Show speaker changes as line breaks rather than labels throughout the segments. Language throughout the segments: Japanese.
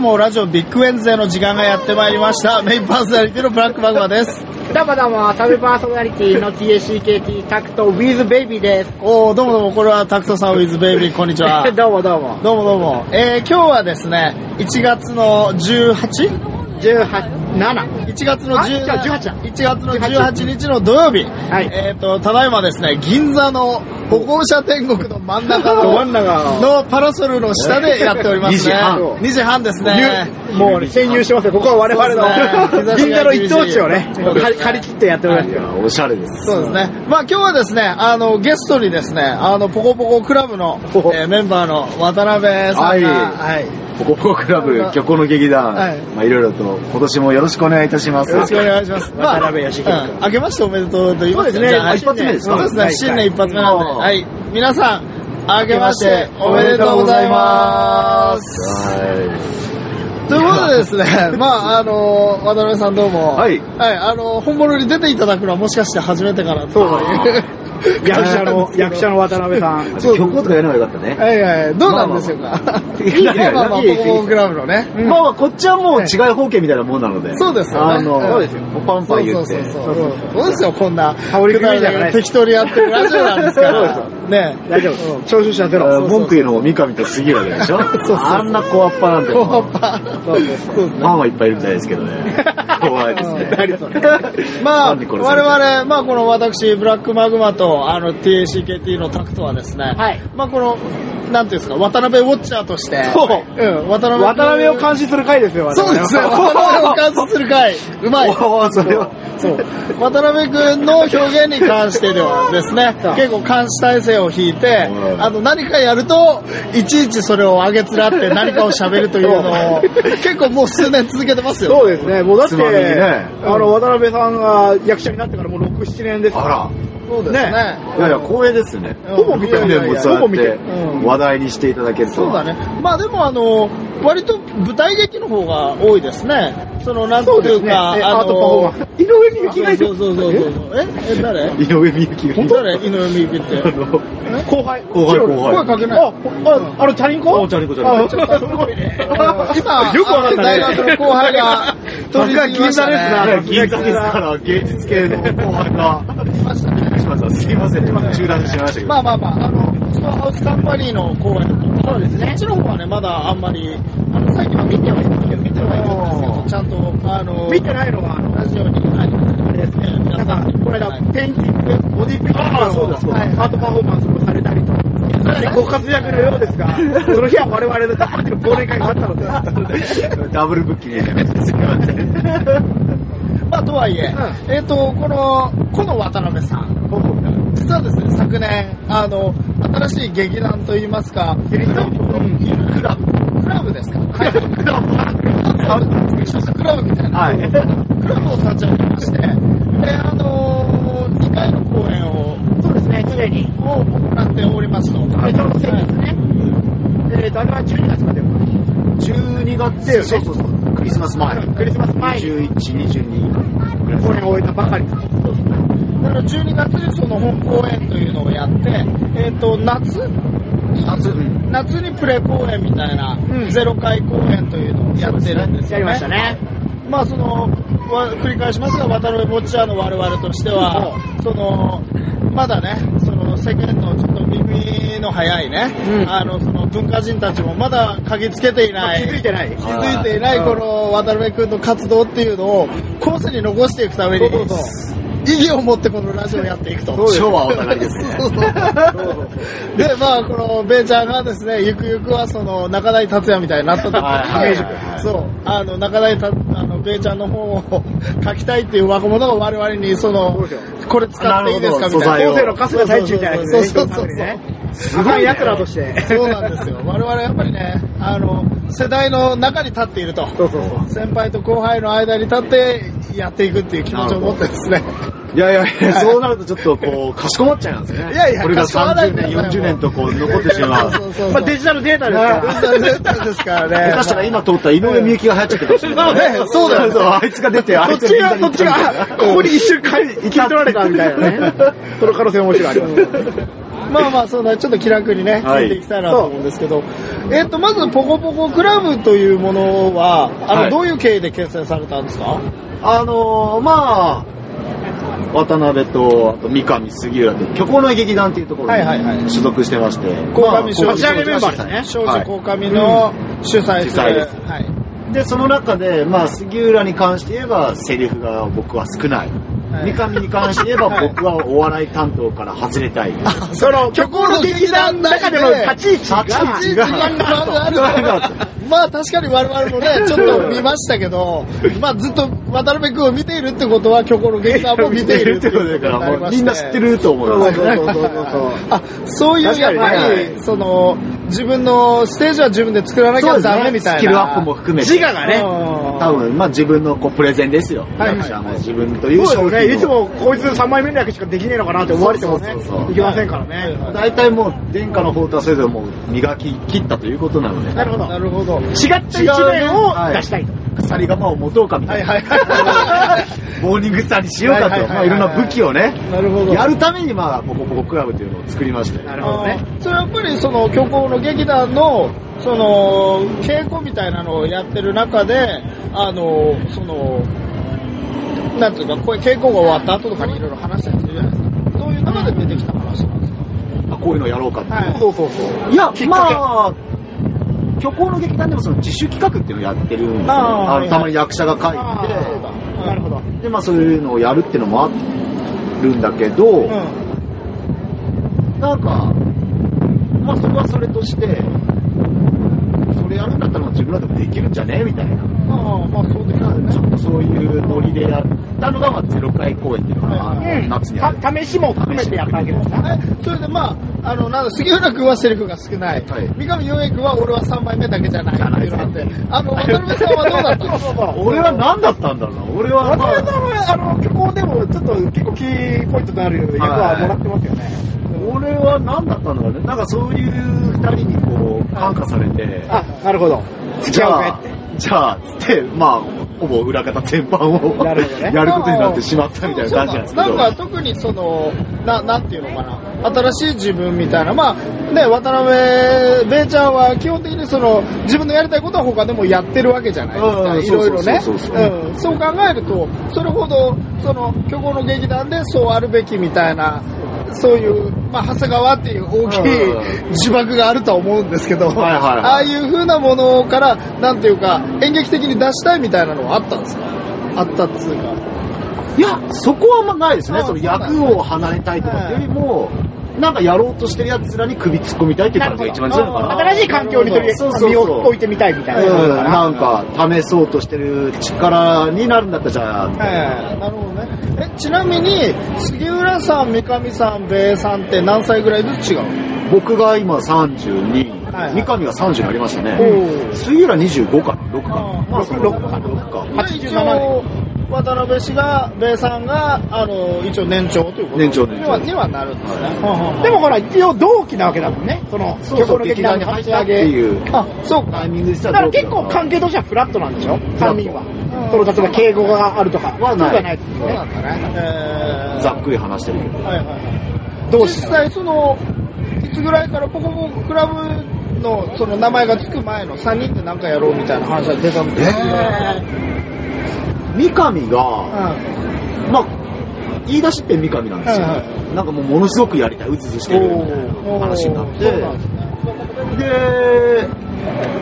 もラジオビッグウェンズデーの時間がやってまいりました。メインパーソナリティのブラックマグマです。
どうもどうも、サブパーソナリティの TACKT タクト with ベイビーです。
おー、どうもどうも、これはタクトさんウィズベイビー、こんにちは。
どうもどうも。
どうもどうも。えー、今日はですね、1月の 18?1
18、7。
月の
あ違う18だ
1月の18日の土曜日。
はい
えっ、と、ただいまですね、銀座の歩行者天国の真ん中の、
真ん中
のパラソルの下でやっておりますね。
2時半
2時半ですね。
もうね、潜入してますよ。ここは我
そう
々
です
の
ね
銀座の一等地をね、
そうですね
借り借り切ってやっておりますよ。
おしゃれです。
そうですね。まあ今日はですね、あの、ゲストにですね、あの、ポコポコクラブの、
お
えーメンバーの渡辺さんが、はい。
ポコポコクラブ、漁港の劇団、
はい
まあいろいろと今年もよろしくお願いいたします。
よろしくお願いします。
渡辺義弘
うん明けましておめでとうと言いますか
そうですね
じゃあ
一発目ですか
そうですね、
はい
新年一発目なんで。
うん
はい。皆さん、明けましておめでとうございます。
は
ということでですね、まああの、渡辺さんどうも。
はい
はい、あの、本物に出ていただくのはもしかして初めてかなと。
そう だね。役者の、役者の渡辺さん。
い。
そう
漁港とかやればよかったね。
はいはい、どうなんでしょうか。
いやい
まあ
や
まあまあ、
いや
ポ
い
コ
や
ポコクラブのね。
うん
まあまあ、こっちはもう違い方形みたいなもんなので。
そうですよね
あの、
そうですよ
もうパンパン言って。
そう
そ
そう
う
そうそう。そうですよ、こんな。
羽織り組みじゃない
適当にやってるラジオなんですから
そ。
ね
大丈夫。徴収者ゼ
だから
ロ。
文句言うのも三上と杉浦でしょ
そう
あんな小アッパなんて。
え。コーパー。
そ
そ
うそう
うです
フ
ね
ァ。ンはいっぱいいるみたいですけど ね。怖いですね。
何それ
まあ、
なんでこれされた
我々、まあこの私、ブラックマグマと、あの、TACKT のタクトはですね、
はい
まあこの、なんていうんですか、渡辺ウォッチャーとして、、
そうん
渡辺。
渡辺を監視する回ですよ、我々
そうですね、渡辺を観察する回、うまい。
おーそれは。
そう。 渡辺くんの表現に関してではですね
そう、
結構監視体制を引いて
う、ん
あの、何かやると、いちいちそれを上げつらって何かを喋るというのを、結構もう数年続けてますよ。
そうですね。もうだって、
つまみにね
あの、渡辺さんが役者になってからもう6、7年ですから
あら。
そうですね。
いやいや、光栄ですね。
ほぼ見てる
三上もそうや
ほぼ
っ
見てる
て
うん
話題にしていただけると。
そうだね。まあでもあの、割と舞台劇の方が多いですね。その、なんと
そうで
い
す
う
ね。え
か、
アートパフォーマ
ン
ンス。井上に行きがい
そうそうそうそう。ええ、誰
井上美幸が。
誰井上美幸って
あ。の
後輩。
後輩後輩
声かけない。あ、あの、チャリンコ
おチャリンコチャリンコ
あすごいね。
今、
よくわかったね。
大学の後輩が取り付きましたね、
銀座ですから、芸術系の後輩が。しましたすいません、中断してしまいましたけど。
まあまあまあ、あの、スターハウスカンパニーの公演とか、そうですね。こっちの方はね、まだあんまり、あの、最近は見てはいるけど、見てはいるんですけど、ちゃんと、あの、
見てないのは、あの、
ラジオに、あれですね、
な
皆
ん
さん
か、これだ、ペンキング、ボディペンキング
あそうだそうだ
はいアートパフォーマンスもされたりと。かなりご活躍のようですが、その日は我々のダーッと忘年会があったので、
ダブルブッキングみたいな感じですいません
まあ、とはいえ、
うん
えっ、と、この、この渡辺さん、実はですね、昨年、あの、新しい劇団といいますか、劇団クラブ、クラブですかはい、クラブ。クラブみたいな。
はい。
クラブを立ち上げまして、で、あのー、2回の公演を、
そうですね、すでに。
を行っておりますと。
はい、その先ですね。えーと、あれは12月まで。
12月
だよね
そうそうそう。クリスマス前。
クリスマス前に
11、22ぐらいです
公
ね。
演を終えたばかり。
だから12月にその本公演というのをやって、えっ、と、夏
夏、うん
夏にプレ公演みたいな、
うん
ゼロ回公演というのをやってるんですよ、ね。
やりましたね。
まあそのわ繰り返しますが渡辺ボッチャーの我々としてはそのまだねその世間のちょっと耳の早いね、
うん
あのその文化人たちもまだ嗅ぎつけてい
まあ
ない
気づいてない。
気づいていないこの渡辺君の活動っていうのを後世に残していくために
そうそう
意義を持ってこのラジオをやっていくと。
昭和お互いですね。
で、まあ、この、ベイちゃんがですね、ゆくゆくは、その、中台達也みたいになった時
はいはいはい
に、そう、あの、中台達、あの、ベイちゃんの本を書きたいっていう若者が我々に、その
うですよ、
これ使っていいですか
なるほど
みたい
素材
な。
を
後世の春日大中じゃないですね。
そうそうそうそう
すごい奴らとして。
そうなんですよ。我々やっぱりね、あの、世代の中に立っていると。
そうそうそう。
先輩と後輩の間に立ってやっていくっていう気持ちを持ってですね。
いやいやいや、そうなるとちょっとこう、かしこまっちゃいますね。
いやいや
これが
かしこまらない
30
でくだ
年、
さいもう
40年とこう、残ってしまう。
そうそうそうそう。
まあデジタルデータですから。
ですからね。
下手したら今通った井上美幸が流行っちゃってたかもしれ ない
ねそうだよね
そうあいつが出て、あ
そ
い
っ
つ
ちが、そっち
行
が、
た
あ
みたいな
ここに一瞬か切り取られたみたいなね。 その可能性ももちろんあります。
まあまあ、そんな、ちょっと気楽にね、
は
聞
い
いていきたいなと思うんですけど、えっと、まず、ポコポコクラブというものは、あの、
はい
どういう経緯で結成されたんですか
あのー、まあ、渡辺と、あと三上杉浦という、虚構の劇団っていうところ
はいはいはい
に所属してまして、
鴻
まあ
上庄司
鴻上
メンバーですね
少
は
女
い
高上の主催す
主催
る
で。す
はい。
で、その中で、まあ、杉浦に関して言えば、セリフが僕は少ない。
はい
三上に関して言えば、
はい
僕はお笑い担当から外れ たい。
その、虚構の劇団の中での立ち位置が、
立ち位置があるからまあ確かに我々もね、ちょっと見ましたけど、まあずっと渡辺君を見ているってことは、虚構のゲーターも見ているっていうこと
だ
にな
から、
り
もう
まして
みんな知ってると思う
そう
よ。
そうそうそうそう
あ、そういう、
確
やっ
かに
ぱ
はい
り、その、自分のステージは自分で作らなき
そ
ゃ
うです
ダメ
ね
みたいな。
スキルアップも含めて。
自我がね、
うん
多分、まあ自分のこうプレゼンですよ。
はい
役者の自分という
そう
商
ですね、いつ
品を。
もこいつ3枚目の役しかできねえのかなって思われてもね
そうそうそうそ、う
いけませんからね。
大体もう、殿下の方とはそれぞれもう磨き切ったということなので。
なるほど。
なるほど。はい
違った一面を出したいと。
鎖釜を持とうかみた
はいい
な、
は
モーニングスターにしようかと、
はいはいはい
まあ、いろんな武器をね、
い。なるほど。
やるために、まあ、ポコポコクラブというのを作りました
な
よ。
るほどね。
あーそれはやっぱりその虚構の劇団のその稽古みたいなのをやってる中で、あのそのなんていうかこういう稽古が終わった後とかにいろいろ話したりするじゃないですか。そういう中で出てきた話なんですか。
あこういうのやろうかって、
はい
そうそうそう。いや、まあ、虚構の劇団でもその自主企画っていうのをやってるんですよ。
あー
あのたまに役者が書
あ
い
ーなるほど。
て、で、まあ、そういうのをやるっていうのもあるんだけど、
うん。
なんか、まあそれはそれとして、それやるんだったら自分らでもできるんじゃねみたいな。
ああまあそうですよ
ち
ね。
ょっとそういうノリでやったのが、まあ、ゼロ回公演っていうのが、あの夏にある。
た試しも含めてやったわけですな。
えそれでまあ、あの、なんだ、杉浦君はセリフが少ない。
はい
三上洋平君は俺は3枚目だけじゃないっていうのがあって、あの、渡辺さんはどうだったんですか
俺は何だったんだろうな。俺は、ま
渡辺
あ、
さんは、あの、虚構でもちょっと結構キーポイントとなる役はもらってますよね。
俺は何だったんだろうね。なんかそういう二人にこう、感化されて、
あ、なるほど。付
じ
き合
ゃ
おうぜ
あ、じゃあ、つって、まあ、ほぼ裏方全般を
なるほどね
やることになってしまったみたいな感じなんですけ
そう
ど。
なんか特にそのな、なんていうのかな、新しい自分みたいな、まあね、渡辺、べーちゃんは基本的にその自分のやりたいことは他でもやってるわけじゃないですか、
うん
いろいろね。
そうそうそうそう
うんそう考えると、それほどその虚構の劇団でそうあるべきみたいな、そういう、まあ、長谷川っていう大き
う
い呪縛があるとは思うんですけど、
はいはい はい
ああいう風なものから、なんていうか、演劇的に出したいみたいなのはあったんですかあったっつうか。
いや、そこはあんまないですね。
あ
その役を離れたいとかっていうよりも、なんかやろうとしてる奴らに首突っ込みたいっていう感じが一番強いのか
なるほ
な。
ど
新しい環境に取り
そうそうそう
身を置いてみたいみたいな。
うん、なんか、試そうとしてる力になるんだったらじゃあ、
はい、なるほどね。え、ちなみに、杉浦さん、三上さん、米さんって何歳ぐらいずつ違うの
僕が今32、
はい
三上が30になりました
お
ね。
ー
杉浦25かな ?6 か
あ
な
ー
まあ、その
六か
六か。
で一応、渡辺氏が、米さんが、あの、一応年長ということ
年長年長
にはにはなるんですね。
でもほら、一応同期なわけだもんね。その、
そう
虚
そ
構
う、
の
劇
劇団
団に
に
入っ
立ち
た
上
って
げ。
いう。
あ、そうか。
タイミングでした
だから結構関係としてはフラットなんでしょ
ラット
?3 人は。その、例えば敬語があるとか。
はな
そ
い
うじゃないです
そうな
ね。
んだね。えー、
ざっくり話してるけど。
はいはいはい。どう実際その、いつぐらいからポコポコクラブのその名前が付く前の3人で何かやろうみたいな話が出たんです
三上
う
が、
ん。
まあ、言い出しっぺ三上なんですよ、
はいは
なんかもうものすごくやりたい、うずうずしてるみたいな話になって、
そうなんですね
で、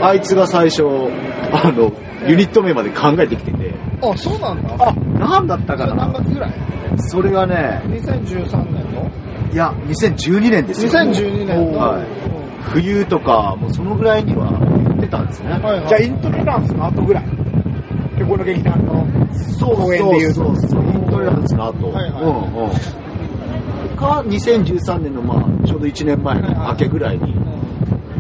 あいつが最初、あの、ユニット名まで考えてきてて、
あ、そうなんだ。
あ、なんだった
そ
か
れ何
な
月ぐらい
それがね、
?2013 年の
いや、2012年ですよ。
?2012 年の。
はい
うん
冬とか、もうそのぐらいには言ってたんですね。
はいはい
じゃあ、イントレランスの後ぐらい。虚構の劇団の。
そう
公園で言う
そうそうそうイントレランスの後、
はいはい
うんうん、か2013年の、まあ、ちょうど1年前の明けぐらいに、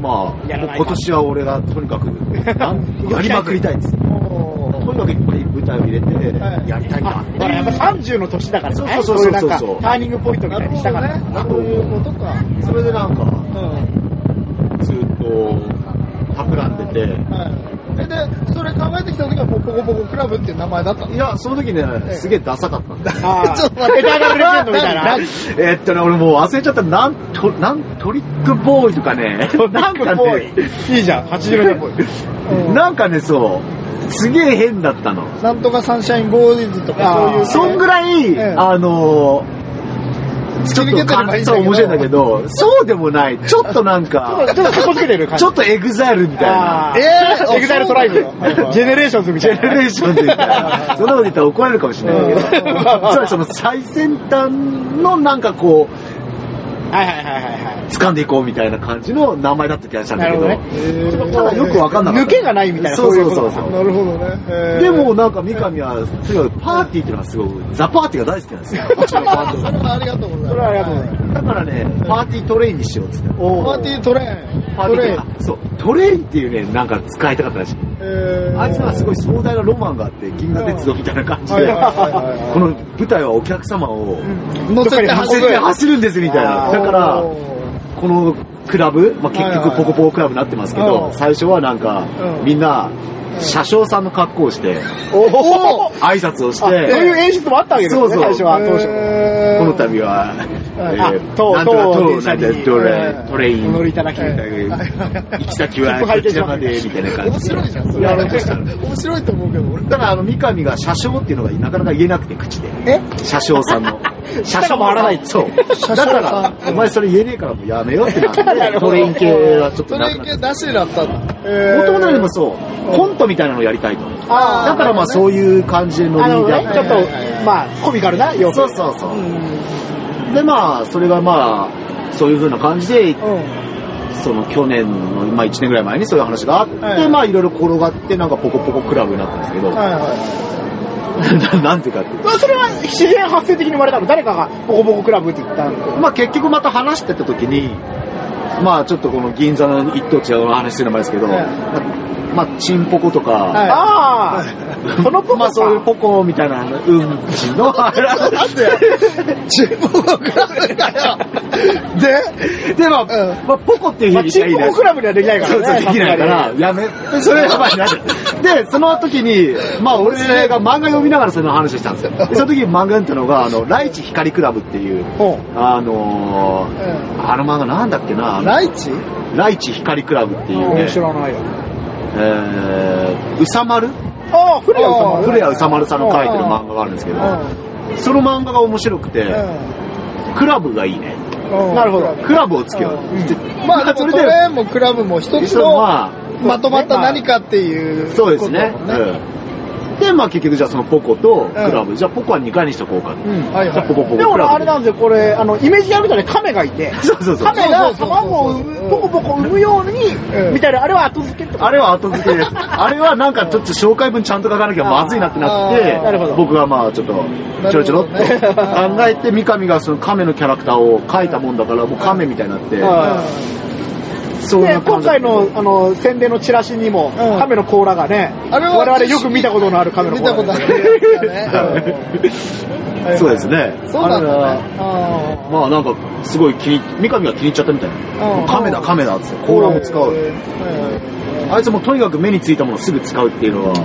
まあ、
やらない
今年は俺がとにかくなんやりまくりたいです。
お
と
ー
にかくいっぱい舞台を入れて、
はい
やりた
あ、
いな
だ
って。
からやっぱ30の年だからね。
そうそうそうそうそう
いなんか、ターニングポイントみ
な
たい
る
に
ほ
した
ど
から。
ね。そういうことか。
それでなんか、
うん。
ずっと、企んでて、
はい。えで、それ考えてきた時はもうポコポコクラブっていう名前だったの
いや、その時ね
え、え
すげえダサかったん
ああ
ちょっと待って
枝が売れてんのみたいな。
えっとね、俺もう忘れちゃった。なん、と、なん、トリックボーイとかね。なんかね、
いいじゃん、80年代っぽい。
なんかね、そう、すげえ変だったの。
なんとかサンシャインボーイズとかそういう
あ
ね。
ー
そんぐらい、
ええ
あのー、
突き抜けてればいいんだ
そう
けど
面白いんだけど、そうでもない。ちょっとな んか、
ちょっとかっこつけてる感じ。
ちょっとエグザイルみたいな。
あー
えー
エグザイルトライブの。ジェネレーションズみ
ジ
た
ェ
いな
ネ。レーションっていうか、そんなこと言ったら怒られるかもしれないけど、
うん
つま りその最先端のなんかこう、
はいはいはいはいはい。
掴んでいこうみたいな感じの名前だった気がしたん
な
だ
る
け
ほ
ど、
どね。
ただよくわかんなかっ
抜
た。
けがないみたいな。
そうそうそう
いこと
なるほどね。えー
でも、なんか三上は、すごいパーティーっていうのはすごく、ザ・パーティーが大好きなんですよ。うち
それ
のバンド
はありがとうございます。
それはありがとうございます。
だからね、パーティートレインにしようっつって。
パーティートレイン。
パー
ト
ティ
レイ
ー
ン。
あそう、トレインっていうね、なんか使いたかったらしい。
えー
あいつはすごい壮大なロマンがあって、銀河鉄道みたいな感じ
はい
で、
はい
こ
はいはい
の舞台はお客様を
乗せて走
走
る
って。走るんですみたいな。
あー
だから、
おー
このクラブ、まあ、
はいはい
結局ポコポコクラブになってますけ
う
ど、
ん
最初はなんか
う、ん
みんな、車掌さんの格好をして、
おお
挨拶をし
そう
て、
いう演出もあったわけですね、
そうそう
最初は、当初。
えー
この度は、え
あ
ー
当
なんとか
当
当
電車
なん
に
とかトレトレイ
お乗りい
ン、
ただき、
行き先は
切符拝
こ
見
ちらまで、
し
みたいな感
面
じで。
白いじゃん、それ。
やらかした
面白いと思うけど、俺。
だからあの三上が車掌っていうのがなかなか言えなくて口で
え
車掌さんの車掌
回らない
そう
掌
だ
さん
からお前それ言えねえからもうやめようってなっ
な
て
るほど
トレイン系はちょっ
そ
とな
れ
くなっ
系
て
なしだったんだ。
もともとで
で
もそうコントみたいなのをやりたいとだ
あー
からまあそういう感じの
あ
ノ
の
リ
ね
で、
ちょ
は
っ
い
と
はいは、い
まあ、コミカルな要
そ
素。
うそうそううんでまあそれがまあそういう風な感じで
うん。
その去年の、まあ、1年ぐらい前にそういう話があって、
はい
まあいろいろ転がってなんかポコポコクラブになったんですけど、
はいは
なんていうかっていう
まあ、それは自然発生的に生まれたの。誰かが、ボコボコクラブって言ったの。
まあ結局また話してた時に、まあちょっとこの銀座の一等地の話してる前ですけど、
はい
まあチンポコとか、
はい
ああ、そのポコ
まあそういう
か。
ポコみたいな、うんちの話で、
い。注目があるんだよ。で、
でまあ、
う
まあポコっていう
ま
意
あ、
味
チンポコクラブにはできないか
そうそう
ら
で
ね。
きないから、やめ、それやばいな。で、その時に、まあ俺が漫画読みながらその話をしたんですよ。でその時に漫画読んだのが、あの、ライチ光クラブっていう、
ほ
あのー
う
あの漫画なんだっけな、あの
ライチ
ライチ光クラブっていう
う。
ね、
知らないよ。
えー、うさまる
ああ、フレアさん
あ
も
ー
古谷うさまるさんの書いてる漫画があるんですけ
う
ど、その漫画が面白くて、クラブがいいね。
ん。
なるほど
クラブをつけよう。で
まあ、で
そ
も
れ
ト
で、
レーンもクラブも一つ
その
の
まあ、
まとまった何かっていう。
そうですね。
ことだもん
うんで、まあ結局じゃあそのポコとクラブ、じゃあポコは2回にしとこうかって。
うん。はい
じゃあポ
は
コポコク
でも俺
ラ
あ
ブ
れ
で。
なんですよ、これ、あの、イメージやみたいで亀がいて、
そうそうそう。
亀が卵を産むポコポコ産むように
う、ん
みたいな、あれは後付けとか。
あれは後付けです。あれはなんかちょっと紹介文ちゃんと書かなきゃまずいなってなって
あー
なるほど、
僕がまあちょっとちょろちょろっと
なるほどね。
考えて、三上がその亀のキャラクターを書いたもんだから、もう亀みたいになって、
はい
そう
で
いう
今
感じだった
回のあの宣伝のチラシにも、
ん
カメの甲羅がね、
あれは
我々よく見たことのあるカメの
見
甲
た
羅
こと
で
あ
す
るやつだね。
そうです
ね。
ね。
そうなんだね。
あれはまあなんか、すごい気に、三上が気に入っちゃったみたい
うん
な。亀だ、亀だっつって、甲羅も使う。あいつもとにかく目についたものをすぐ使うっていうのは、フ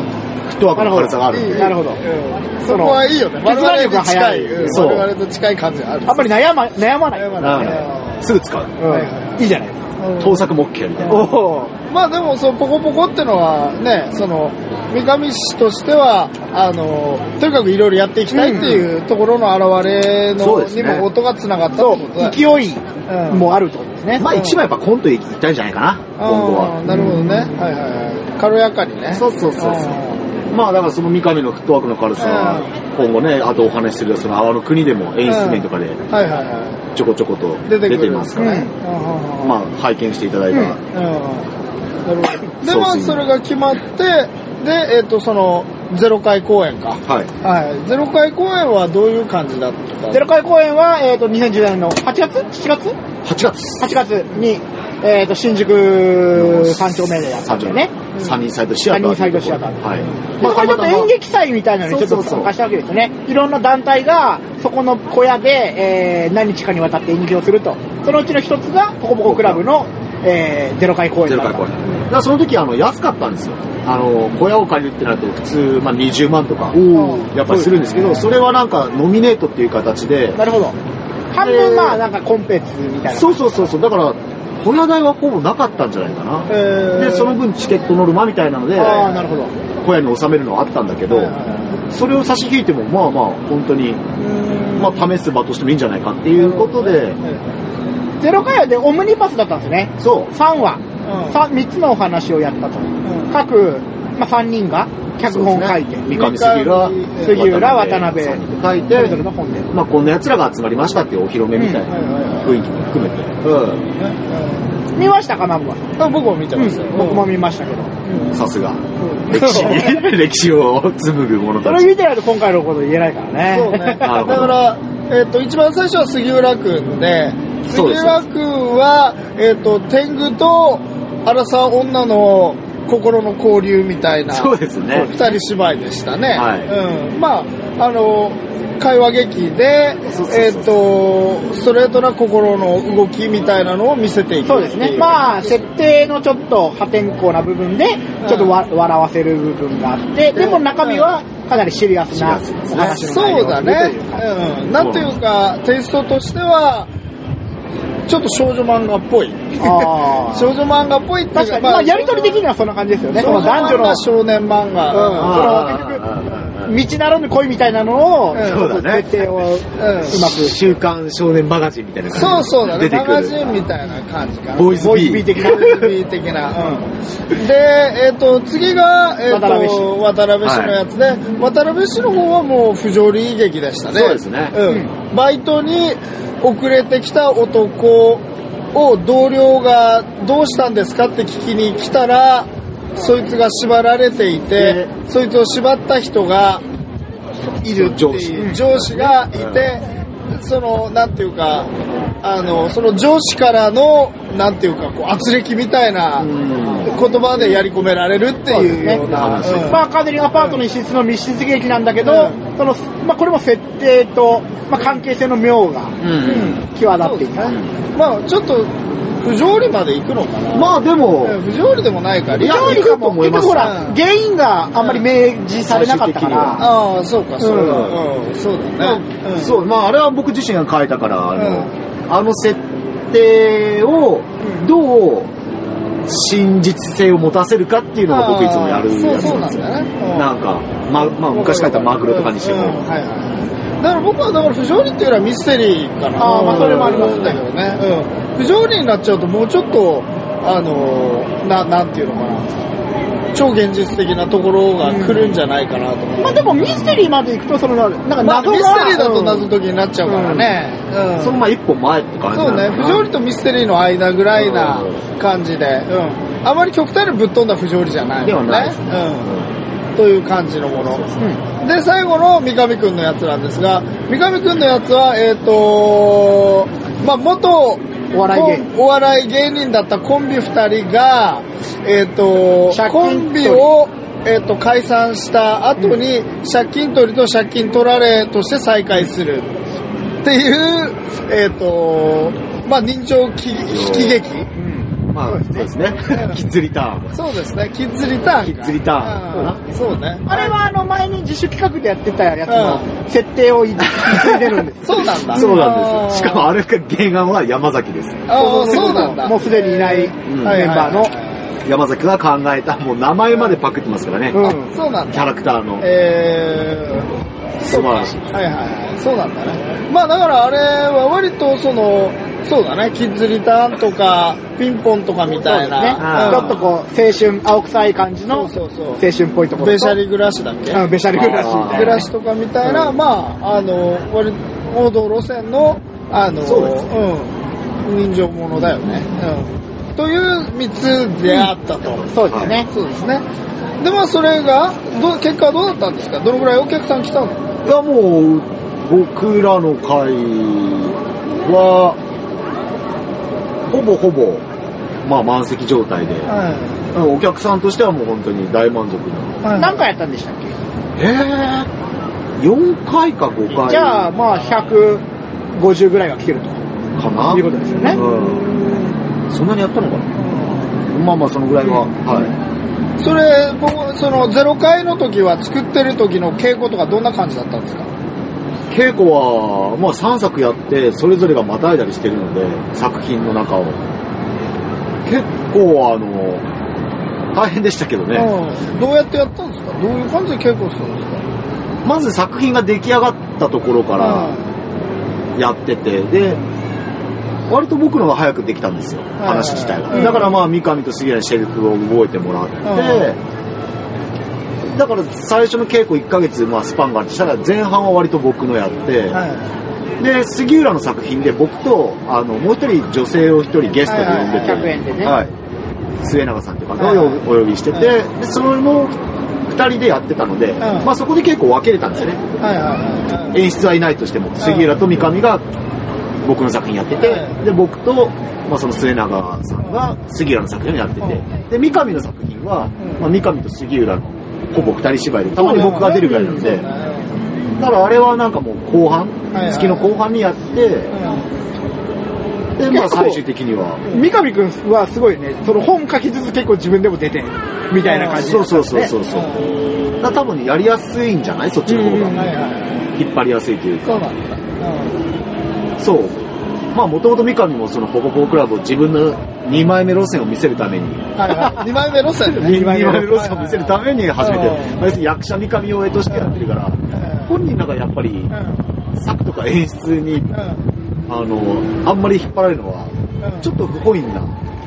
ットワークの軽さがあるんで。
なるほど
うんそこはいいよね。
その
我々と近い。
手伝い力が早い
うん
そう
我々と近い感じがある。
あんまり悩ま悩まない、
悩ま
な
な
る
い
ほどすぐ使う。
うん
はいはいはい
いいじゃないですか。
うん
盗作も OK みたいな。
お
まあでも、そのポコポコってのはね、その、三上市としては、あの、とにかくいろいろやっていきたいっていうところの表れ
そう
の、
です
に
ね
も音が繋がったってことだよ。
勢いもあるってことですね。
まあ一番やっぱコント行きたいんじゃないかな、今後
ああ、
は。
なるほどね。はいはいはい。軽やかにね。
そうそうそうそう。まあだからその三上のフットワークの軽さは、今後ね、あとお話しするその泡の国でも演出面とかで
うんはいはいは
ちょこちょこと
い。
出
出てくる。
てますからね。
うん
まあ拝見していただいたら。
うんうんなるほど。で、
そう
まあ、
そう
それが決まって、で、えっ、と、その、ゼロ回公演か。
はい。
はい。ゼロ回公演はどういう感じだった
ゼロ回公演は、えー、と2010年の8月 ?7 月
8月。
?8 月に、えー、と新宿3丁目でやったんだよね。
三人サイドシアター。
三人サイドシアター
はい。
でこれちょっと演劇祭みたいなのにちょっと
そうそうそう
参加したわけですよね。いろんな団体が、そこの小屋で、えー何日かにわたって演劇をすると。そのうちの一つが、ポコポコクラブの、えー、ゼロ回公演
ゼ
だ
ロ
った
回公演。だからその時、あの、安かったんですよ。あの、小屋を借りるってなると、普通、まあ、20万とか、やっぱりするんですけど、それはなんか、ノミネートっていう形で、
なるほど。半分まあ、なんかコンペツみたいな。
そうそうそうそう、だから、小屋代はほぼなかったんじゃないかな。
えー
で、その分チケットノルマみたいなので、
ああ、なるほど。
小屋に収めるのはあったんだけど、それを差し引いても、まあまあ、本当に、まあ、試す場としてもいいんじゃないかっていうことで、
ゼロ回でオムニパスだったんですね。
そう、
3話、
うん
三3つのお話をやったと。各、まあ、3人が脚本を書いて、
三上杉浦、
杉浦、渡辺、
さんに書い
それぞれの
て、
本で。
まあ、こんな奴らが集まりましたっていうお披露目みたいな雰囲気も含めて。う
見ましたか、マブは。
僕も見てますよ。
僕も見ましたけど。
ん、さすが。歴 史に、歴史を紡ぐ者
そ
た
れ
ち。
見てないと今回のこと言えないからね。
そうね。だ
なるほど
から、えっと、一番最初は杉浦くんで、
そう
杉
です
浦くんは、えっと、天狗と荒沢女の心の交流みたいな、
そうですね。
二人姉妹でしたね。
はい
うん。まあ、あの、会話劇で
そうそうそう、そう
えっと、ストレートな心の動きみたいなのを見せていくってい
そうですね。
あ、
まあ、設定のちょっと破天荒な部分で、ちょっとわ笑わせる部分があって、でも中身はかなりシリアスな
シリアス
お話の内
そう
容
だ
になって
ね
るというか。
うん。なんていうか、テイストとしては、ちょっと少女漫画っぽい。
あー
少女漫画っぽいっていう
確かに、まあ、やりとり的にはそんな感じですよね。その男女の
少年漫画。
うん道ならぬ恋みたいなのを、
うん
そうだね
設定をうまく。
週刊少年マガジンみたいな感じ
そうそうだね。
出て
マ
くる
ガジンみたいな感じかな。
ボーイズ
ボーイズビ
ビー
ー的な。
B 的 な。で、えっ、と、次が、えっ、
渡辺氏
と、渡辺氏のやつで、渡辺氏の方はもう不条理劇でしたね。
そうですね
うん。バイトに遅れてきた男を同僚がどうしたんですかって聞きに来たら、そいつが縛られていて、そいつを縛った人がいるって
上司
いう上司がいて、その、なんていうか、あの、その上司からの、なんていうか、こう、圧力みたいな
うん
言葉でやり込められるって
そうです
いう
ね
ような。
そうです
うん
まあ、カーデリンアパートの一室の密室劇なんだけど、その、まあ、これも設定と、まあ、関係性の妙が、
うん
際立っていた。
まあ、ちょっと、不条理まで行くのかな。
まあでも、
うん不条理でもないから。理
いや
い
解
い
でき
か
る
も。
思い
結
ま
局
す
ほら、原因があんまり明示されなかったから、
ああ、そうか、そうだ。
う
うん、そう
ま
だ
あ
ね。うん
そう、まああれは僕自身が書いたから、あの、あの設定をどう真実性を持たせるかっていうのが僕いつもやる
そ
や
う
つ
そう
な
な
ん
ん
ですよ。
だね。うん
なんか、ま、まあ昔書いたマグロとかにして
うん
も、
はいはい。だから僕はだから不条理っていうよりはミステリーかな。
あーまあそれもあります
んだけどね。うん。不条理になっちゃうともうちょっと、あのー、な、なんていうのかな。超現実的なところが来るんじゃないかなと思う。
まあでもミステリーまで行くと、その、なんか
まあ、
謎が、
ミステリーだと謎解きになっちゃうからね。うん。
そのまあ一歩前って感じ
そう
な
ね、
のかな
不条理とミステリーの間ぐらいな感じで、うん。あまり極端にぶっ飛んだ不条理じゃない
で
も
は
ん
な
ね
いです。
うん。という感じのもの。うんで、最後の三上くんのやつなんですが、三上くんのやつは、えっ、とまあ、元、
お笑い芸人
お笑い芸人だったコンビ二人が、えっ、と
借金取り
コンビを、えっ、と、解散した後に、借金取りと借金取られとして再会する。っていう、えっ、と、まあ、人情き喜劇
まあそうです ね。キッズリターン。
そうですね、キッズリターンか。
キッズリターン
うんそうね。
あれはあの前に自主企画でやってたやつ
う
の設定を引き継いでるんです。
そうなんだ。
そうなんですよ。
あ
し
ー
かもあれが原案は山崎です。
ああ、そうなんだ。
もうすでにいないメン
はいはい
バーの。
山崎が考えた、もう名前までパクってますからね。
うん
あそうなん
キャ
だ。
ラクターの。
えー、
素晴らしい
はいはいはい。そうなんだね。まあだからあれは割とその、そうだね、キッズリターンとか、ピンポンとかみたい
ね
な。
あー
ちょっとこう、青春、青臭い感じの
そう
青
そうそう。
春っぽいところと。
ベシャリ暮らしだっけ
うん、ベシャリ暮らしみたいな。
暮らしとかみたいな、まあ、あの、割と王道路線の、あの、
そうです
うん、人情ものだよね。うん。という三つであったと。
そうですね。
そうですね。で、まあ、それが、どう結果はどうだったんですかどのぐらいお客さん来たの
がもう、僕らの会は、ほぼほぼ、まあ満席状態で、
は
お客さんとしてはもう本当に大満足な。
い。
何回やったんでしたっけ
えぇ、4回か5回
じゃあ、まあ、150ぐらいは来てると。
かな
いうことですよね
うんそんなにやったのかなまあまあ、そのぐらいは。はい。
それ、僕、その、ゼロ回の時は作ってる時の稽古とかどんな感じだったんですか
稽古は、まあ3作やって、それぞれがまたいだりしてるので、作品の中を。結構、あの、大変でしたけどね。
うんどうやってやったんですかどういう感じで稽古するんですか
まず作品が出来上がったところからやってて、で、割と僕のが早くできたんですよ、
い
話自体
うん
が。だからまあ、三上と杉谷にセリフを覚えてもらって、だから最初の稽古1ヶ月、まあ、スパンがあって、したら前半は割と僕のやって、
は
で、杉浦の作品で僕と、あの、もう一人女性を一人ゲストで呼んでて、
100円でね。
はい。末永さんとか
はい
をお呼びしてて、
は
で、その二人でやってたので、
ん
まあそこで結構分けれたんですよね。
いはいはいはい。
演出はいないとしても、杉浦と三上が僕の作品やってて、
はい
で、僕と、まあその末永さんが杉浦の作品をやって
は
て、で、三上の作品は、
うん
まあ三上と杉浦のほぼ二人芝居で、たまに僕が出るぐらいなんで、だからあれはなんかもう後半
はいは、い
月の後半にやって、で、まあ最終的には、
三上くんはすごいね、その本書きつつ結構自分でも出てるみたいな感じ。
そうそうそうそううんそう。だから多分やりやすいんじゃないそっちの方
うん
はい
が。
はい。
引っ張りやすいというか。
そうなんだ。うん
そう。まあ、もともと三上もそのポコポコクラブを自分の2枚目路線を見せるために、
はいはい。二枚目路線 でね。
2枚目路線を見せるために始め
はいはい
て、まあ、役者三上を絵としてやってるから、
う
本人なんかやっぱり
ん。
作とか演出に、
うん。
あの、あんまり引っ張られるのは、
うん。
ちょっと不本意な、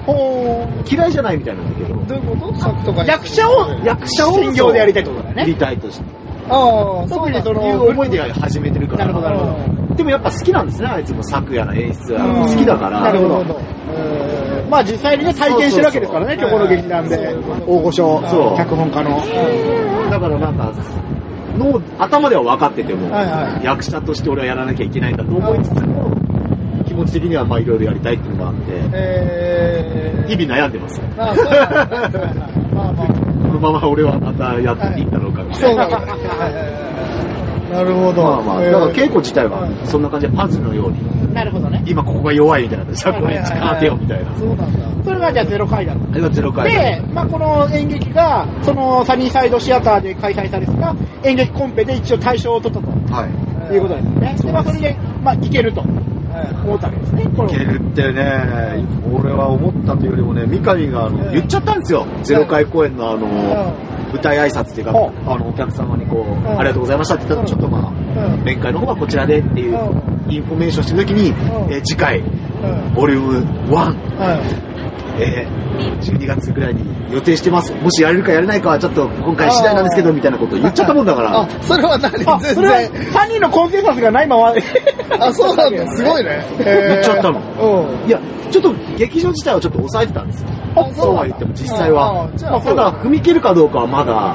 ほー。
嫌いじゃないみたいなんだけど、
どういうこと作とか
役者を、
役者を
専業でやりたいってことだ
や
ね。
りたいとして、
ああ、
特にそ
そう
の、
なんだ
いう思いで始めてるから。
なるほどなるほど
でもやっぱ好きなんですね、あいつも作やら演出や
うん
ら好きだから。
なるほど
え
まあ実際にね、体験してるわけですからね、
そ
今
うそうそう
日この劇団で
はい、
大御所
そ、う
脚本家の。
だからなんか、脳、頭では分かってても、
はいは
役者として俺はやらなきゃいけないんだと思いつつも、気持ち的にはまあいろいろやりたいっていうのがあっ
ーえー
て、日々悩んでます。
ああそうなんだはいはいまあまあ
このまま俺はまたやっていいんだろうかみた
そう
い
な
な。
んだはいはいはいなるほど。
まあまあ、
え
だ
ー
から稽古自体
は
はいそんな感じでパズルのように、
なるほどね。
今ここが弱いみたいな、尺を一時間当てようみたいな。
そうなんだ。
それがじゃあゼロ回だ
あれがゼロ回
で、まあ、この演劇が、そのサニーサイドシアターで開催されてた演劇コンペで一応大賞を取ったと
はい。
いうことですね。で、まあ、それで、まあ、いけると思
は
ったわけですね。こ
いけ
れ
るってね、俺は思ったというよりもね、三上があの言っちゃったんですよ。ゼロ回公演のあの、舞台挨拶っていうか、
うん
あの、お客様にこう、
ん
ありがとうございましたって言ったら、ちょっとまあ、
いうん
面会の方はこちらでっていう
う
インフォメーションしてるときに
う、ん
えー次回、
うん
ボリューム1、
はい
えー12月ぐらいに予定してます。もしやれるかやれないかはちょっと今回次第なんですけ
あ
ど、
ー
みたいなこと言っちゃったもんだから、
あ、それは何
あ、
全
それは
然。
3人のコンセンサスがないまま。
あ、そうなんだ。すごいね。
言っちゃったの
の。うん。
いや、ちょっと劇場自体はちょっと抑えてたんですよ。
あ
そうは言っても実際は。
あじゃあ
ただ、踏み切るかどうかはまだ、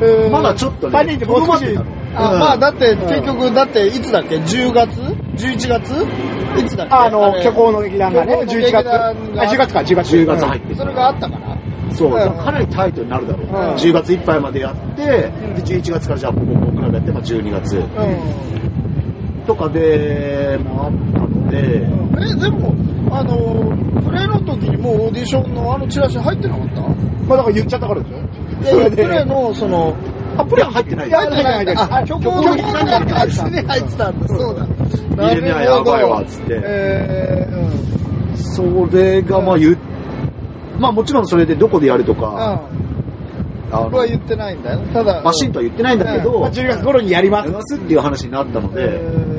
えー
まだちょっと
三人
ね、
でもう少し
とどまってたの
あ
うん
まあだって、結局、だって、いつだっけ ?10 月 ?11 月いつだっけ
あの、
れ
虚構の劇団がね、
虚構の
11
劇団
月。
が
あ、10月か、10月。
10月入ってる
それがあったから。
そう、
うん
だからかなりタイトになるだろう、
ん
10月いっぱいまでやって、で11月からじゃあ、ポコポコクラブやって、まあ、12月
うん。
とかで、まあ、あったので、
え、でも、あの、プレイの時にもうオーディションのあのチラシ入ってなかった
まあ、だから言っちゃったからでしょ。
いやいや、プレイの、その、
あ、プレは入ってない
い
です
や入ってない入ってない。あ、虚構の劇団が感じで入ってたんだ。そうだ。
入れないやばいわ、つっ
なるほど
て。
えー、うん。
それが、まあ、言う、まあ、もちろんそれでどこでやるとか、
うん。
あ
僕は
の
言ってないんだよ。ただ、
バシンとは言ってないんだけど、
まあ、10月頃にやりま
や
す
り。ますっていう話になったの
えー
で、
うん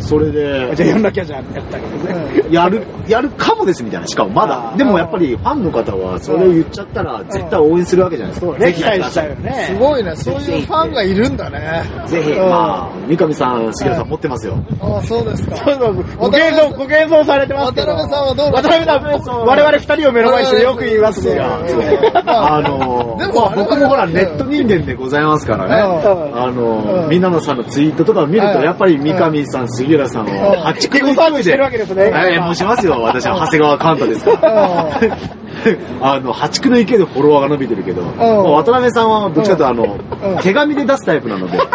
それで
じゃあ、やんなきゃじゃん、やったけどね。
やる、やるかもですみたいな、しかもま
あ
だ。
ー
でもやっぱりファンの方はそれを言っちゃったら絶対応援するわけじゃないですか。
ね、
ぜ
期
ひや
待
ってくだ
した
さ
いよ
い。
ね。
すごいね、そういうファンがいるんだね。
ぜひ、
うん
まあ、三上さん、杉原さん持ってますよ。
ああ、そうですか。
そうそうそう。ご謙遜、ご謙遜されてますけど。
渡辺さんはどうな
渡辺さん、我々二人を目の前にしてよく言いますね。
そう
あの
で
ー、
も
まあ僕もほら、ネット人間でございますからね。
うん
あの
う
ー、
ん
みんなのさんのツイートとかを見る
う
と、
ん
やっぱり三上さん、杉浦さん
う
を、
ん
あっちく
エゴサーチしてるわけですね
ええ、もう しますよ。私は長谷川寛太ですから。 あの、破竹の池でフォロワーが伸びてるけど、まあ渡辺さんはどっちかというとあ
うん
の、手紙で出すタイプなので、
あ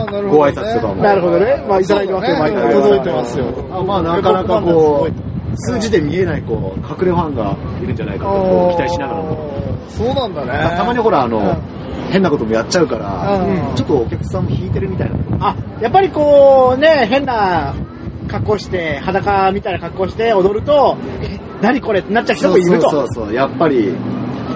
あ、なるほど、ね。
ご挨拶とかも
なるほどね。まあ、いただいてます
そうだ
よ、
ね
毎回。
届いてますよ
あまあなかなかこう、数字で見えない、こう、隠れファンがいるんじゃないかとこう期待しながらも。
そうなんだね。
たまにほら、あの、
うん
変なこともやっちゃうから、
うん
ちょっとお客さんも引いてるみたいな。
あ、やっぱりこう、ね、変な格好して、裸みたいな格好して踊ると、え、何これってなっちゃう人もいる
そう
と。
そうそう、やっぱり、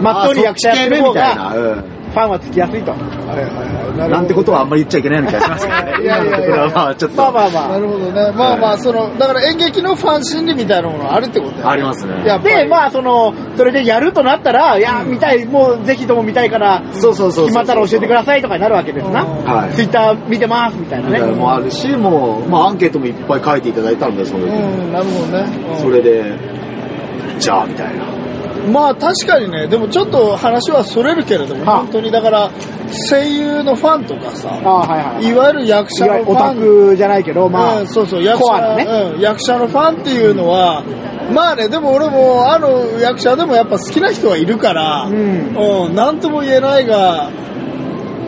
まっとうに役者やってる
あ
方
そち系ねみたい
が、
な。うん
ファンはつきやすいと。
はいはいはい。
なんてこと
は。
はあんまり言っちゃいけないような気がしますけどね。
いやいやいや
今のところはまあちょっと、
まあまあま
な
あ。
るほどね。まあまあ、その、だから演劇のファン心理みたいなものはあるってことだよね。
ありますね
やっぱり
で、まあ、その、それでやるとなったら、いや、見たい、もうぜひとも見たいから、
そうそうそうそう。
決まったら教えてく
さ
ださいとかになるわけですな。
うん
はい
ツイッター見てますみたいなね。
もあるし、もう、まあアンケートもいっぱい書いていただいたんで、その時
うん、なるほどね。うん
それで、じゃあ、みたいな。
まあ確かにね、でもちょっと話はそれるけれども、
はあ
本当にだから、声優のファンとかさ、
あはいはい
いわゆる役者
いわゆ
の
る
フ
オタ
ァン、
クじゃないけど、ま
う
あ
ん、、そうそう役
コア
者、
なね
うん、役者のファンっていうのは、まあね、でも俺も、あの役者でもやっぱ好きな人はいるから、
う
うんん、なんとも言えないが、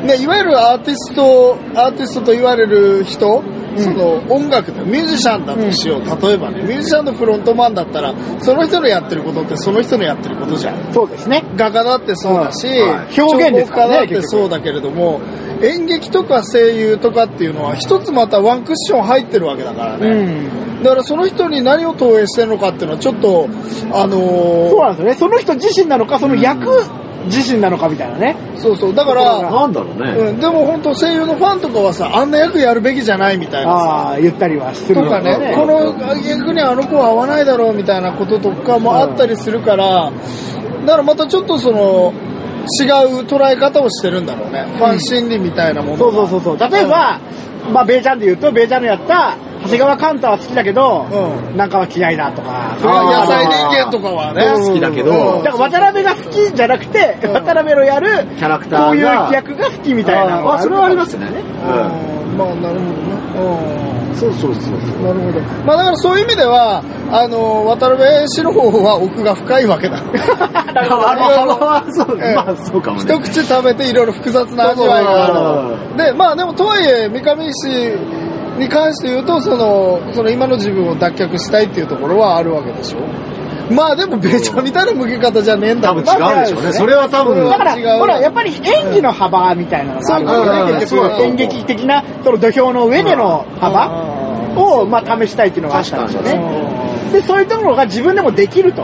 ね、いわゆるアーティスト、アーティストと言われる人、その音楽でミュージシャンだとしよう、例えばねミュージシャンのフロントマンだったらその人のやってることってその人のやってることじゃん
そうですね。
画家だってそうだし、
はい
表現ですか
彫刻家
らね
だってそうだけれども、演劇とか声優とかっていうのは一つまたワンクッション入ってるわけだから
う
ね。
ん。
だからその人に何を投影してるのかっていうのはちょっと、あ
そう
の
なんですよね。その人自身なのか、その役自身なのかみたいなね。
ー、そうそう、だから、
なんだろうね。
うん、でも本当声優のファンとかはさ、あんな役やるべきじゃないみたいなさ。
ああ、言ったりはする
とか
の
ね、この逆にあの子は合わないだろうみたいなこととかもあったりするから、だからまたちょっとその、違う捉え方をしてるんだろうね。ファン心理みたいなものが。
そうそうそうそう。例えば、まあ、ベイちゃんで言うと、ベイちゃんのやった、長谷川寛太は好きだけど、
う
なんかは嫌いだとか。
それは野菜人間とかはね。
うん
好きだけど
うん
だから渡辺が好きじゃなくて、
うん
渡辺のやる、
キャラクターが
こういう役が好きみたいなのが
あ
る
それはありますね。
うんまあ、なるほどね。
うん。そうそうそうそう。
うん。なるほど。まあ、だからそういう意味では、あの、渡辺氏の方は奥が深いわけだ。
だから、あの幅は、そう、
ええ
まあそうかも
一
ね。
口食べていろいろ複雑な味わいがある。で、まあでもとはいえ、三上氏に関して言うと、その、その今の自分を脱却したいっていうところはあるわけでしょ。まあでも、べちゃみたいな向け方じゃねえんだ
多
も
分
ん
違うでしょうね。それは多分、
だから
違う、
ほら、やっぱり演技の幅みたいなのがあるわけです
そうそ
よ
う
ね。
そう
演劇的な、その土俵の上での幅
幅
を、まあ、試したいっていうのがあったんでしょう
確
ね。で、そういうところが自分でもできると。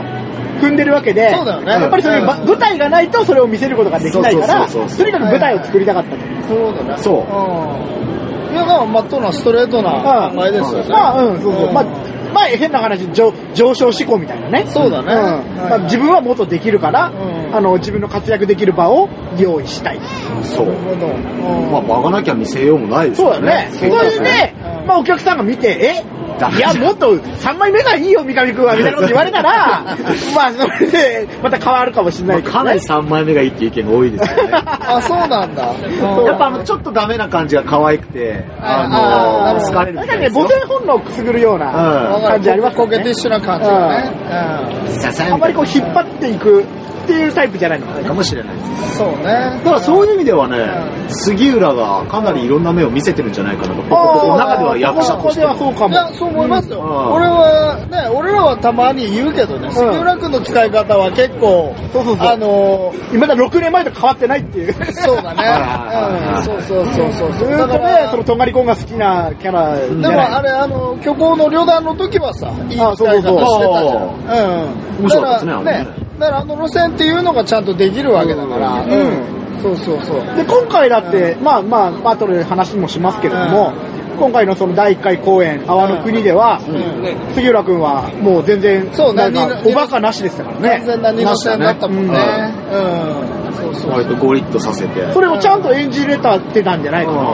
踏んでるわけで、
そうだよね
やっぱりそういうば
うん
舞台がないとそれを見せることができないから、
そうそうそうそう
とにかく舞台を作りたかったと。
そうだね。
そう
うん。いや、まあ、まっとうなストレートな
うん
前ですよね。
まあ、うん、そうそう。
ん
まあ、まあ、変な話、上上昇志向みたいなね。
そうだねは
ん
い
まあ、自分はもっとできるから、
うん
あの、自分の活躍できる場を用意したい。
そう。
なるほど。うん
まあ、バカなきゃ見せようもないです
そう
よ
だね
ね。。
それで、
うん
まあ、お客さんが見て、
ダ
え
メ
い
じゃ
や、
ん
もっと3枚目がいいよ、三上くんは、みたいなこと言われたら、まあ、それで、また変わるかもしれ
ま
な
あ
いけど、ね。
かなり3枚目がいいっていう意見が多いですよね。
あ、そうなんだ。
やっぱあの、ちょっとダメな感じが可愛くて、
あ
あ
ー
の、疲れる
な
み
ん
た
か
い
ね、
です
母
よ。
性本能をくすぐるような
うん
感じありますよ
コケ
ね
ティッ。シュな感じがね。
ささや
あんまりこう、引っ張っていくっていうタイプじゃないのかね
かもしれないです。
うん。そうね。
だからそういう意味ではね、
う
杉浦がかなりいろんな目を見せてるんじゃないかなと、僕
あー
の中では役者としては。
ここではそうか
い
も。
や、そう思いますよ。
うん
俺は、ね、俺らはたまに言うけどね、杉浦君の使い方は結構、
そうそうそう
あのー、
今だ6年前と変わってないっていう。
そうだね。
は
うん
い
そうそうそうそう
ず
そう。
ー
だ
っ
か
とね、
ら、
そ
で
のとんがりコンが好きなキャラじゃ
も
ない
あれ、あの、虚構の旅団の時はさ、いい使い
あ
方
そ
し
うそう
てたじ
そう
ゃん。うん。
面白かったで
だから
すねあれね
だからあの路線っていうのがちゃんとできるわけだから。
うん
うん。そうそうそう。
で、今回だって、まあまあ、後で話もしますけれども、今回のその第1回公演、泡の国では、
うん
杉浦くんはもう全然、
そう
なん
何
か、
々
おバカなしでしたから
完
ね。
全な二路線だったもんね。うん。そうそう
割とゴリッとさせて。
それをちゃんと演じれたってたんじゃないか
う、
なん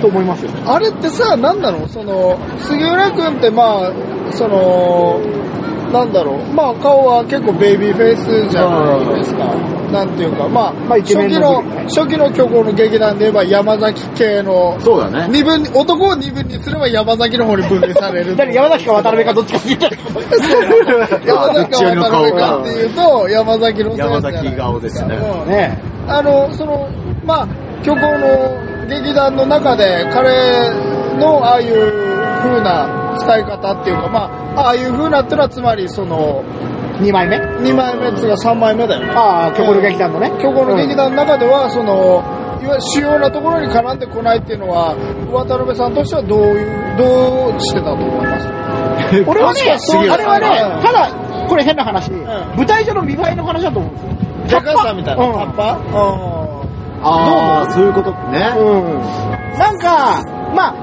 と思いますよ。
あれってさ、なんだろう、その、杉浦くんってまあ、その、なんだろう、まあ顔は結構ベイビーフェイスじゃないですか。なんていうか、まあ、
まあイ
初
ケメン
期
の
の、初期の虚構の劇団で言えば山崎系の、
そうだね。
二分、男を二分にすれば山崎の方に分類される。
だって山崎か渡辺かどっちかみたいな。
山崎か渡 辺かっていうと、山崎のせいじゃないで
山
すか
崎顔ですね。
うん
ね
あの、その、まあ、虚構の劇団の中で、彼のああいう風な使い方っていうか、まあ、ああいう風なってのは、つまり、その、
2枚目
2枚目っていうか3枚目だよね。
ああ、曲の劇団のね。
今日の劇団の中では、その、いわゆる主要なところに絡んでこないっていうのは、渡辺さんとしてはどういう、どうしてたと思います
俺はね、
確かに杉
あ
浦
れ
さん
はね、ただ、これ変な話、舞台上の見栄えの話だと思うんですよ。
でかさみたいな。
うん
タッパうん。
ああ、そういうことね。
うん。なんか、まあ、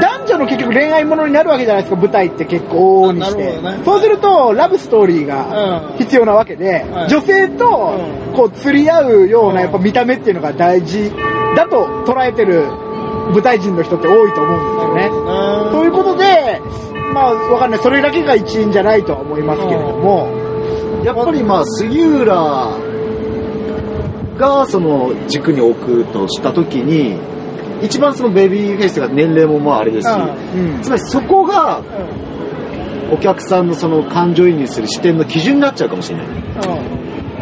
男女の結局恋愛ものになるわけじゃないですか、舞台って結構往々にし
なる
て。
ほどね
そうすると、ラブストーリーが
うん
必要なわけで、
はい
女性と
う、
こう、釣り合うよう
う
な、
ん
やっぱ見た目っていうのが大事だと捉えてる舞台人の人って多いと思うんですよね。ということで、まあ、わかんない。それだけが一因じゃないとは思いますけれども、
やっぱりまあ、杉浦がその軸に置くとしたときに、一番そのベビーフェイスが年齢もまああれですし、
うん
つまりそこがお客さんのその感情移入する視点の基準になっちゃうかもしれない。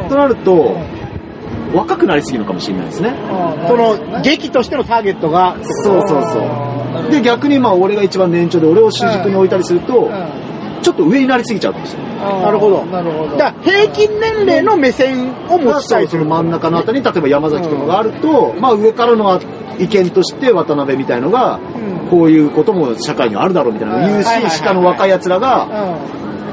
となると、若くなりすぎるのかもしれないですね。
その、劇としてのターゲットが、
そうそうそう。で、逆にまあ俺が一番年長で俺を主軸に置いたりすると、ちょっと上になりすぎちゃうかもしれない。
なるほど
なるほど。
だから平均年齢の目線を持ちたい
その真ん中のあたりに例えば山崎とかがあると、まあ上からの意見として渡辺みたいのが、こういうことも社会にはあるだろうみたいなのを言
は
う
いはいはい
し、下の若い奴らが、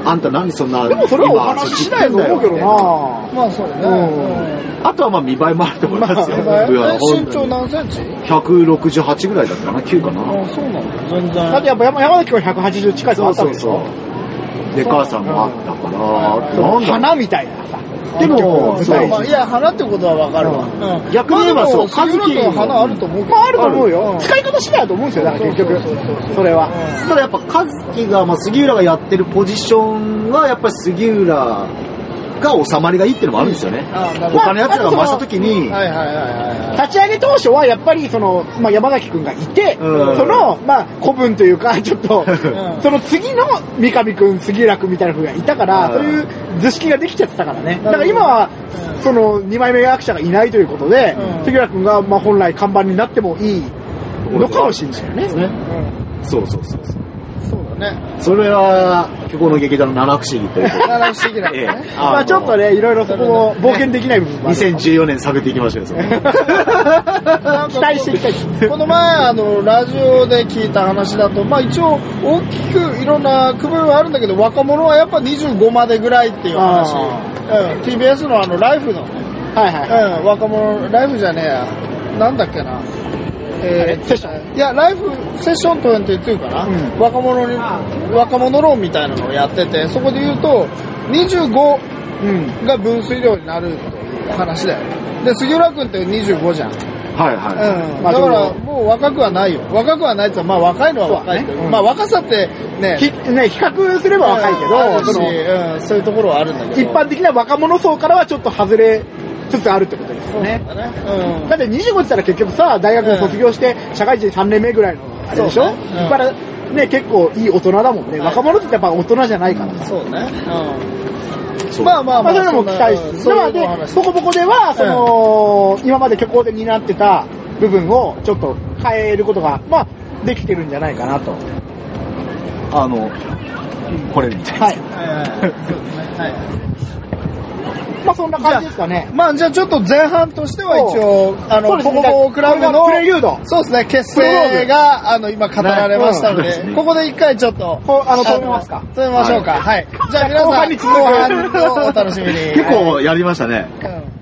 あんた何そんな、
でもそれはお話ししないと思うけど
今そっち行ってんだ
ま
な
よって
あそうだね。
うん
あとはまあ見栄えもあると思いますよ。
え
いや
身長何センチ
168ぐらいだったかな、9かな。
あ、そうなの全然。
だってやっぱ山山崎君は180近いと
そ
あったん
うそう
でし
そ
ょ
う。で、母さんもあったから、
そ
な
うん
だ
花みたいなさ。
でも
結
そ
局
まあ
舞
う
まあ、
台
いや、花ってことはわかるわ。うん
逆に言えばそう
まあでも杉浦君は花あると思うけど。
まああると思う
う
よ
ん。
使い方次第だと思うんですよ、だから
そ
結
うそうそうそ
局。
う
それは。
ただやっぱ和樹が、まあ、杉浦がやってるポジションはやっぱり杉浦が収まりがいいっていうのもあるんですよね、
あなるほ
他のやつらが増した時に、
ど。はいはいはいはいはい。
立ち上げ当初はやっぱりその、まあ、山崎くんがいて、
うん
その、まあ、古文という か、ちょっと、その次の三上くん、杉浦くんみたいな風がいたから、
うん
そういう図式ができちゃってたからね。だから今は
う、ん
その2枚目役者がいないということで、
うん
杉浦くんが、まあ、本来看板になってもいいのかもしれないよね。
ねそうそうそうそう
そうだね。
それは虚構の劇団の七不思議ということで
七不思議 だね。
ええ
まあ、ちょっとね、いろいろそこも冒険できない部分もある。
2014年探っていきましょうよそれ
なん
期
か
待して期待し て。
この前、あの、ラジオで聞いた話だと、まあ一応、大きくいろんな区分はあるんだけど、若者はやっぱ25までぐらいっていう話。うん、TBS のあの、ライフの、う
はいはい。
ん、若者、ライフじゃねえや。なんだっけな。え
セッショ
ー、いや、ライフセッション22かな、
うん
若者に、若者論みたいなのをやってて、そこで言うと、25
うん。
が分水量になるという話だよね。で、杉浦君って25じゃん。
はいは
うん
まあ
だから
で
もう若くはないよ。若くはないっていうかまあ若いのは若いけ
そう
ど、
だねうん
まあ若さってね、
ひね、比較すれば若いけ
ある
ど、
し
その、
うん、そういうところはあるんだけど。
一般的な若者層からはちょっと外れつつあるってことですよね。
だね。うん
だって25って言ったら結局さ、大学を卒業して、社会人3年目ぐらいのあれでしょ
そう
だ
ねうん
からね、結構いい大人だもんね。
はい
若者ってやっぱ大人じゃないからさ。
そうね。
い
うん。
そう
まあまあ
ま
まあ。
あそういうのも期待し
うん
て。
そ
で
うい
まあ
うお
で、
話
ボコボコでは、その、今まで虚構で担ってた部分をちょっと変えることが、まあ、できてるんじゃないかなと。
あのこれみたいな、
はい。
はいはいはいそうですねはい
まあそんな感じですかね。
まあじゃあちょっと前半としては一応、あの、
そうです
ボ
ね
コボコクラブの
これがプレリュード
そうですね、結成が、あの、今語られましたの
はい
で
う、ん
ここで一回ちょっと、
こうあの止めますか
止めましょうか。はい。じゃあ皆さん、
後半に続く
後半をお楽しみに。
結構やりましたね
はいうん